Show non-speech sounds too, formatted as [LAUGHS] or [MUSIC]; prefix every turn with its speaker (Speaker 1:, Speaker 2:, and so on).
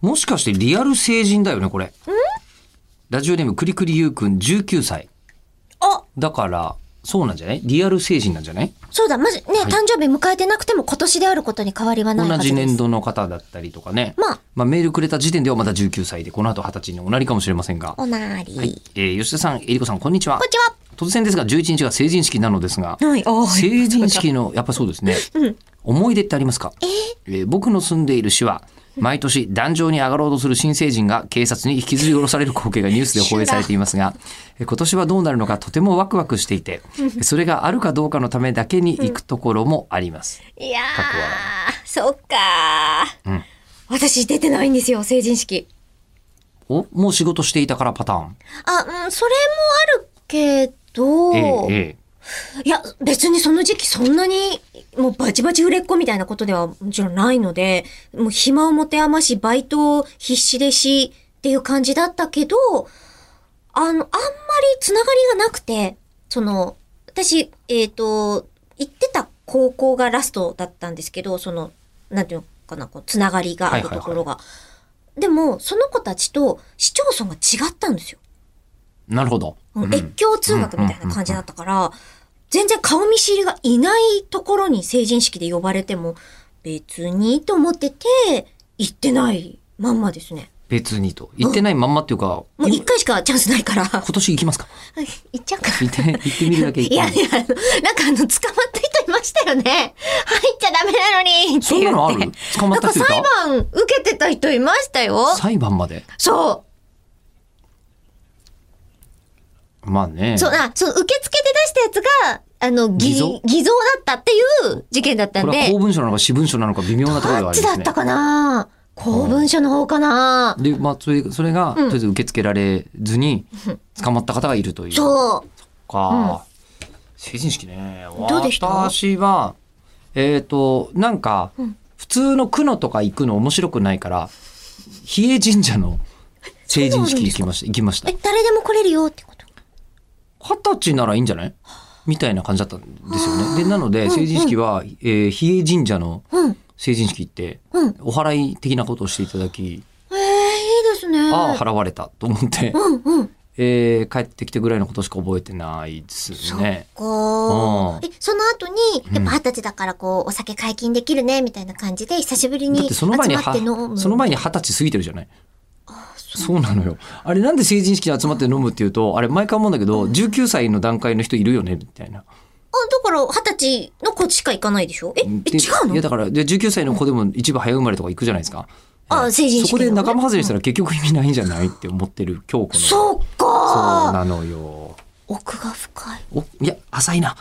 Speaker 1: もしかしてリアル成人だよね、これ。ラジオネームくりくりゆうくん19歳。
Speaker 2: あ、
Speaker 1: だから、そうなんじゃないリアル成人なんじゃない
Speaker 2: そうだ、まじ、ね、誕生日迎えてなくても今年であることに変わりはない
Speaker 1: 同
Speaker 2: はずです。
Speaker 1: じ年度の方だったりとかね。
Speaker 2: まあ
Speaker 1: メールくれた時点ではまだ19歳で、この後20歳におなりかもしれませんが。
Speaker 2: おなり。
Speaker 1: はい。えー吉田さん、えりこさん、こんにちは
Speaker 2: こん。にちは。
Speaker 1: 突然ですが、11日が成人式なのですが、
Speaker 2: はい、あ
Speaker 1: 成人式の、やっぱそうですね、思い出ってありますか、えー僕の住んでいる市は、毎年壇上に上がろうとする新成人が警察に引きずり下ろされる光景がニュース
Speaker 2: [LAUGHS]
Speaker 1: で放映されていますが、えー今年はどうなるのかとてもワクワクしていて、それがあるかどうかのためだけに行くところもあります。
Speaker 2: いや
Speaker 1: 過去は
Speaker 2: ー、そっかー、
Speaker 1: うん
Speaker 2: 私出てないんですよ、成人式。
Speaker 1: お、もう仕事していたからパターン。
Speaker 2: あ、うん、それもあるけど、
Speaker 1: ええええ
Speaker 2: いや、別にその時期そんなに、もうバチバチ売れっ子みたいなことではもちろんないので、もう暇を持て余し、バイトを必死でし、っていう感じだったけど、あの、あんまりつながりがなくて、その、私、えっ、と、行ってた高校がラストだったんですけど、その、なんていうのかな、こう、つながりがあるところが。でも、その子たちと市町村が違ったんですよ。
Speaker 1: なるほど。
Speaker 2: もう
Speaker 1: うん
Speaker 2: 越境通学みたいな感じだったから、全然顔見知りがいないところに成人式で呼ばれても、別にと思ってて、行ってないまんまですね。
Speaker 1: 別にと。行ってないまんまっていうか、
Speaker 2: もう
Speaker 1: 今
Speaker 2: 一回しかチャンスないから。行
Speaker 1: 年行きますか
Speaker 2: っちゃうか。
Speaker 1: [LAUGHS] 行って、行ってみるだけ行ってみ
Speaker 2: [LAUGHS] いや
Speaker 1: る
Speaker 2: いや、あのなんかあの、捕まった人いましたよね。 [LAUGHS] 入っちゃダメなのにって言って。
Speaker 1: そんなのある捕ま
Speaker 2: な
Speaker 1: っ
Speaker 2: ん
Speaker 1: た
Speaker 2: か
Speaker 1: 人いた
Speaker 2: 裁判受けてた人いましたよ。
Speaker 1: 裁判まで。
Speaker 2: そう。
Speaker 1: まあね。
Speaker 2: そう、あ、その受付で出したやつが、あの、偽
Speaker 1: 偽
Speaker 2: 造
Speaker 1: 造
Speaker 2: 偽造だったっていう事件だった
Speaker 1: こ
Speaker 2: ん
Speaker 1: れは
Speaker 2: で
Speaker 1: 公、文書なのか私文書なのか微妙なところで
Speaker 2: ど
Speaker 1: は
Speaker 2: っ
Speaker 1: あり
Speaker 2: ち
Speaker 1: ま
Speaker 2: だ
Speaker 1: す
Speaker 2: っ
Speaker 1: ね
Speaker 2: た。かな公文書の方かな
Speaker 1: で、まあ、それそれが、とりあえず受け付けられずに、捕まった方がいるという。
Speaker 2: そう。
Speaker 1: か、成人式ね。
Speaker 2: どうでした
Speaker 1: 私は、えっ、と、なんか、普通の久野とか行くの面白くないから、比叡神社の成人式行きました。行きました
Speaker 2: え。、誰でも来れるよってこと
Speaker 1: 二十歳ならいいんじゃないみたいな感じだったんですよね。で、なので、成人式は、えー比叡神社の
Speaker 2: うん。
Speaker 1: 成人式行って、
Speaker 2: うん。
Speaker 1: お祓い的なことをしていただき、
Speaker 2: えー、いいですね。
Speaker 1: ああ、払われたと思って、
Speaker 2: うんうん。
Speaker 1: えー帰ってきてぐらいのことしか覚えてないですね。
Speaker 2: こ
Speaker 1: うん
Speaker 2: う。え、その後に、やっぱ二十歳だからこう、お酒解禁できるね、みたいな感じで、久しぶり
Speaker 1: だっ
Speaker 2: に
Speaker 1: て
Speaker 2: 集
Speaker 1: その
Speaker 2: まっ
Speaker 1: 前に
Speaker 2: て
Speaker 1: は、
Speaker 2: 飲む。
Speaker 1: その前に二十歳過ぎてるじゃない。そうなのよ。あれなんで成人式に集まって飲むっていうと、あれ毎回思うんだけど、19歳の段階の人いるよね、みたいな。
Speaker 2: あ、だから二十歳の子しか行かないでしょえ、え違
Speaker 1: で
Speaker 2: うの
Speaker 1: いや、だから、で19歳の子でも一番早生まれとか行くじゃないですか。
Speaker 2: あ成人式のね
Speaker 1: そこで仲間外れしたら結局意味ないんじゃないって思ってる今日この。
Speaker 2: そう
Speaker 1: そう
Speaker 2: か
Speaker 1: なのよ。
Speaker 2: 奥が深い。
Speaker 1: おいや、浅いな。